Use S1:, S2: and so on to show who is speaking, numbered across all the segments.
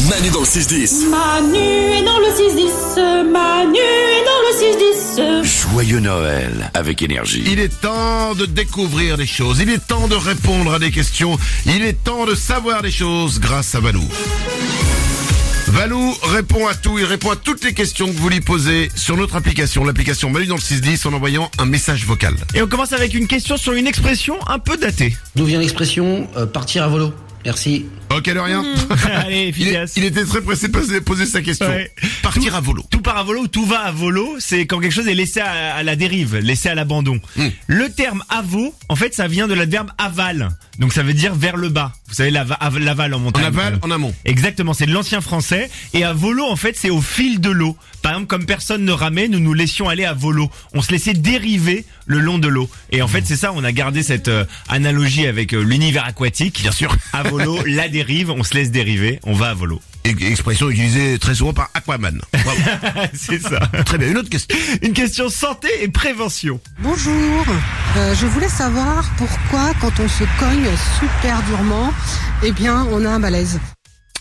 S1: Manu dans le 6-10.
S2: Manu est dans le 6-10, Manu est dans le 6-10.
S1: Joyeux Noël avec énergie.
S3: Il est temps de découvrir des choses, il est temps de répondre à des questions, il est temps de savoir des choses grâce à Valou. Valou répond à tout, il répond à toutes les questions que vous lui posez sur notre application, l'application Manu dans le 610 en envoyant un message vocal.
S4: Et on commence avec une question sur une expression un peu datée.
S5: D'où vient l'expression euh, partir à volo Merci.
S3: Ok de rien.
S4: Allez,
S3: Il, est-
S4: efficace.
S3: il était très pressé de poser- poser sa question.
S4: Mmh. Ouais.
S3: Partir à volo.
S4: Tout part à volo ou tout va à volo, c'est quand quelque chose est laissé à, à la dérive, laissé à l'abandon.
S3: Hmm.
S4: Le terme avo, en fait, ça vient de l'adverbe aval. Donc ça veut dire vers le bas. Vous savez, l'ava- av- l'aval en
S3: En
S4: montagne.
S3: aval, en amont.
S4: Exactement, c'est de l'ancien français. Et à volo, en fait, c'est au fil de l'eau. Par exemple, comme personne ne ramait, nous nous laissions aller à volo. On se laissait dériver le long de l'eau. Et en fait, c'est ça, on a gardé cette euh, analogie avec euh, l'univers aquatique. Bien sûr. À volo, la dérive, on se laisse dériver, on va à volo.
S3: E- Expression utilisée très souvent par Aquaman. Bravo.
S4: c'est ça.
S3: très bien, une autre question.
S4: Une question santé et prévention.
S6: Bonjour, Euh, je voulais savoir pourquoi quand on se cogne super durement, eh bien on a un malaise.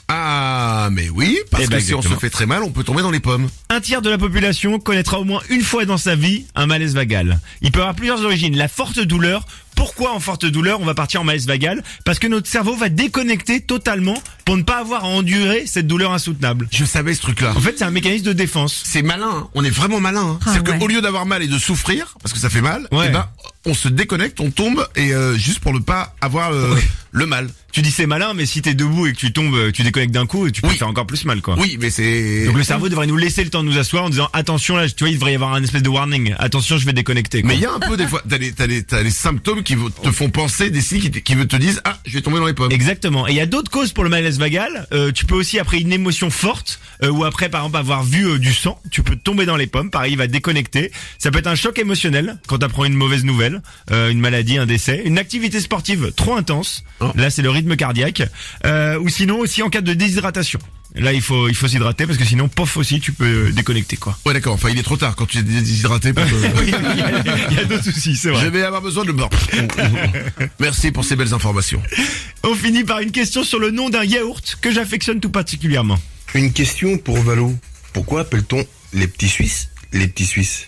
S3: Ah, mais oui, parce
S4: Eh
S3: que
S4: ben,
S3: si on se
S4: exactement.
S3: fait très mal, on peut tomber dans les pommes.
S4: Un tiers de la population connaîtra au moins une fois dans sa vie un malaise vagal. Il peut avoir plusieurs origines. La forte douleur. Pourquoi en forte douleur on va partir en malaise vagal Parce que notre cerveau va déconnecter totalement pour ne pas avoir à endurer cette douleur insoutenable.
S3: Je savais ce truc-là.
S4: En fait, c'est un mécanisme de défense.
S3: c'est malin, hein. on est vraiment malin. hein. C'est-à-dire qu'au lieu d'avoir mal et de souffrir, parce que ça fait mal,
S4: Ouais.
S3: eh ben, on se déconnecte, on tombe, et euh, juste pour ne pas avoir euh, le mal.
S4: Tu dis c'est malin, mais si t'es debout et que tu tombes, euh, tu déconnectes d'un coup, tu peux
S3: Oui.
S4: faire encore plus mal, quoi.
S3: Oui, mais c'est...
S4: Donc le cerveau devrait nous laisser le temps de nous asseoir en disant attention là, tu vois, il devrait y avoir un espèce de warning. Attention, je vais déconnecter. quoi.
S3: Mais il y a un peu des fois, t'as les, t'as les, t'as les symptômes qui vont- te font penser, des signes qui, te- qui te disent, ah, je vais tomber dans les pommes.
S4: Exactement. Et il y a d'autres causes pour le malaise vagal. Euh, tu peux aussi après une émotion forte euh, ou après par exemple avoir vu euh, du sang, tu peux tomber dans les pommes. Pareil, il va déconnecter. Ça peut être un choc émotionnel quand t'apprends une mauvaise nouvelle, euh, une maladie, un décès, une activité sportive trop intense.
S3: Oh.
S4: Là, c'est le rythme cardiaque. Euh, ou sinon aussi en cas de déshydratation. Là, il faut il faut s'hydrater parce que sinon, pof aussi, tu peux euh, déconnecter quoi.
S3: Ouais, d'accord, enfin, il est trop tard quand tu es déshydraté. pour te-
S4: Il y a, il y a d'autres soucis, c'est
S3: je
S4: vrai.
S3: vais avoir besoin de beurre. Merci pour ces belles informations.
S4: On finit par une question sur le nom d'un yaourt que j'affectionne tout particulièrement.
S7: Une question pour Valo. Pourquoi appelle-t-on les petits Suisses les petits Suisses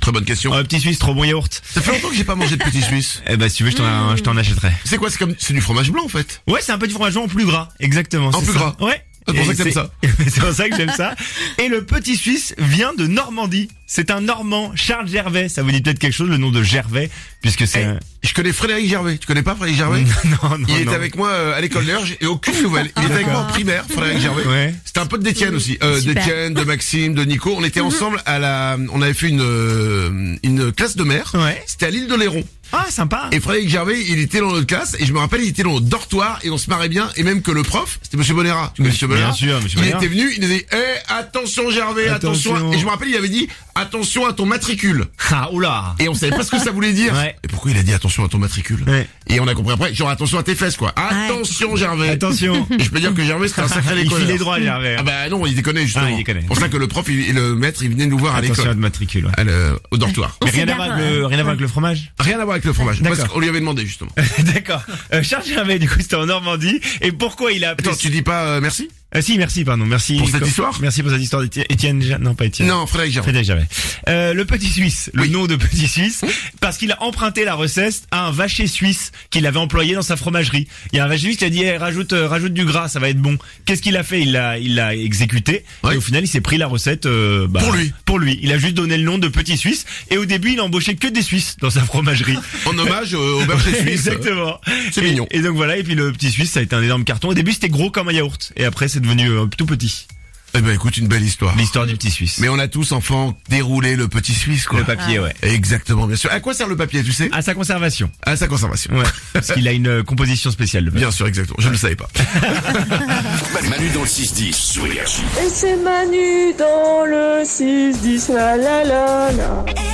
S3: Très bonne question.
S4: Oh, petit Suisse, trop bon yaourt.
S3: Ça fait longtemps que j'ai pas mangé de petit suisse.
S4: Eh ben si tu veux je t'en, je t'en achèterai.
S3: C'est quoi, c'est comme, c'est du fromage blanc, en fait.
S4: Ouais c'est un peu du fromage blanc en plus gras, exactement.
S3: En
S4: c'est
S3: plus
S4: ça.
S3: gras.
S4: Ouais.
S3: C'est pour
S4: Et
S3: ça que t'aimes ça.
S4: c'est pour ça que j'aime ça. Et le petit Suisse vient de Normandie. C'est un Normand, Charles Gervais. Ça vous dit peut-être quelque chose, le nom de Gervais, puisque c'est...
S3: Eh,
S4: un-
S3: Je connais Frédéric Gervais. Tu connais pas Frédéric Gervais?
S4: non, non,
S3: Il est
S4: Oh non.
S3: avec moi euh, à l'école d'ailleurs, j'ai aucune nouvelle. Il était avec moi en primaire, Frédéric Gervais.
S4: Ouais.
S3: C'était un pote d'Étienne aussi, euh, d'Étienne, de Maxime, de Nico. On était ensemble à la, on avait fait une euh, une classe de mer.
S4: Ouais.
S3: C'était à l'île de Léron.
S4: Ah, sympa.
S3: Et Frédéric Gervais, il était dans notre classe et je me rappelle, il était dans notre dortoir et on se marrait bien et même que le prof, c'était Monsieur Bonera. Tu connais Monsieur
S4: bien
S3: Bonera
S4: sûr, monsieur
S3: Il
S4: Bonera.
S3: était venu, il nous disait Eh, attention Gervais, attention.
S4: Attention.
S3: Et je me rappelle, il avait dit attention à ton matricule.
S4: Ah, oula.
S3: Et on savait pas ce que ça voulait dire.
S4: Ouais.
S3: Et pourquoi il a dit attention à ton matricule
S4: Ouais.
S3: Et on a compris après, genre attention à tes fesses quoi. Attention Gervais.
S4: Attention.
S3: Et je peux dire que Gervais c'était un sacré
S4: il
S3: déconneur.
S4: filait droit, Gervais.
S3: Ah bah non, il déconnait justement.
S4: Ah, il déconnait.
S3: C'est pour ça que le prof il- et le maître, il venait nous voir à
S4: Attention à
S3: l'école,
S4: de matricule. ouais.
S3: à le- au dortoir.
S4: Mais rien à voir avec le, rien à voir avec le fromage.
S3: Rien à voir avec le fromage,
S4: D'accord.
S3: parce qu'on lui avait demandé justement.
S4: D'accord. Euh, Charles Gervais, du coup, c'était en Normandie. Et pourquoi il a appelé...
S3: Attends, tu dis pas euh, merci
S4: Ah, si, merci, pardon, merci.
S3: Pour cette histoire
S4: Merci pour cette histoire d'Étienne- Étienne, Ja- non pas Étienne.
S3: Non, Frédéric Gervais.
S4: Frédéric Gervais. Euh, le petit Suisse, le
S3: Oui.
S4: nom de petit Suisse, parce qu'il a emprunté la recette à un vacher suisse qu'il avait employé dans sa fromagerie. Il y a un vacher suisse qui a dit Eh, rajoute euh, rajoute du gras, ça va être bon. Qu'est-ce qu'il a fait Il l'a il l'a exécuté
S3: Ouais.
S4: et au final il s'est pris la recette euh, bah,
S3: Pour lui.
S4: Pour lui, il a juste donné le nom de petit Suisse et au début il embauchait que des Suisses dans sa fromagerie.
S3: En hommage euh, au berger suisse.
S4: Exactement.
S3: C'est
S4: Et-
S3: mignon.
S4: Et donc voilà, et puis le petit Suisse ça a été un énorme carton. Au début c'était gros comme un yaourt et après c'est devenu euh, tout petit.
S3: Eh ben écoute, une belle histoire.
S4: L'histoire du petit Suisse.
S3: Mais on a tous enfants déroulé le petit suisse quoi.
S4: le papier ouais.
S3: Exactement, bien sûr. À quoi sert le papier, tu sais
S4: À sa conservation.
S3: À sa conservation.
S4: Ouais, parce qu'il a une euh, composition spéciale. le
S3: Bien sûr, exactement. Je ne le savais pas.
S1: Manu dans le 6-10 sur Énergie.
S8: Et c'est Manu dans le 6-10, la la la la.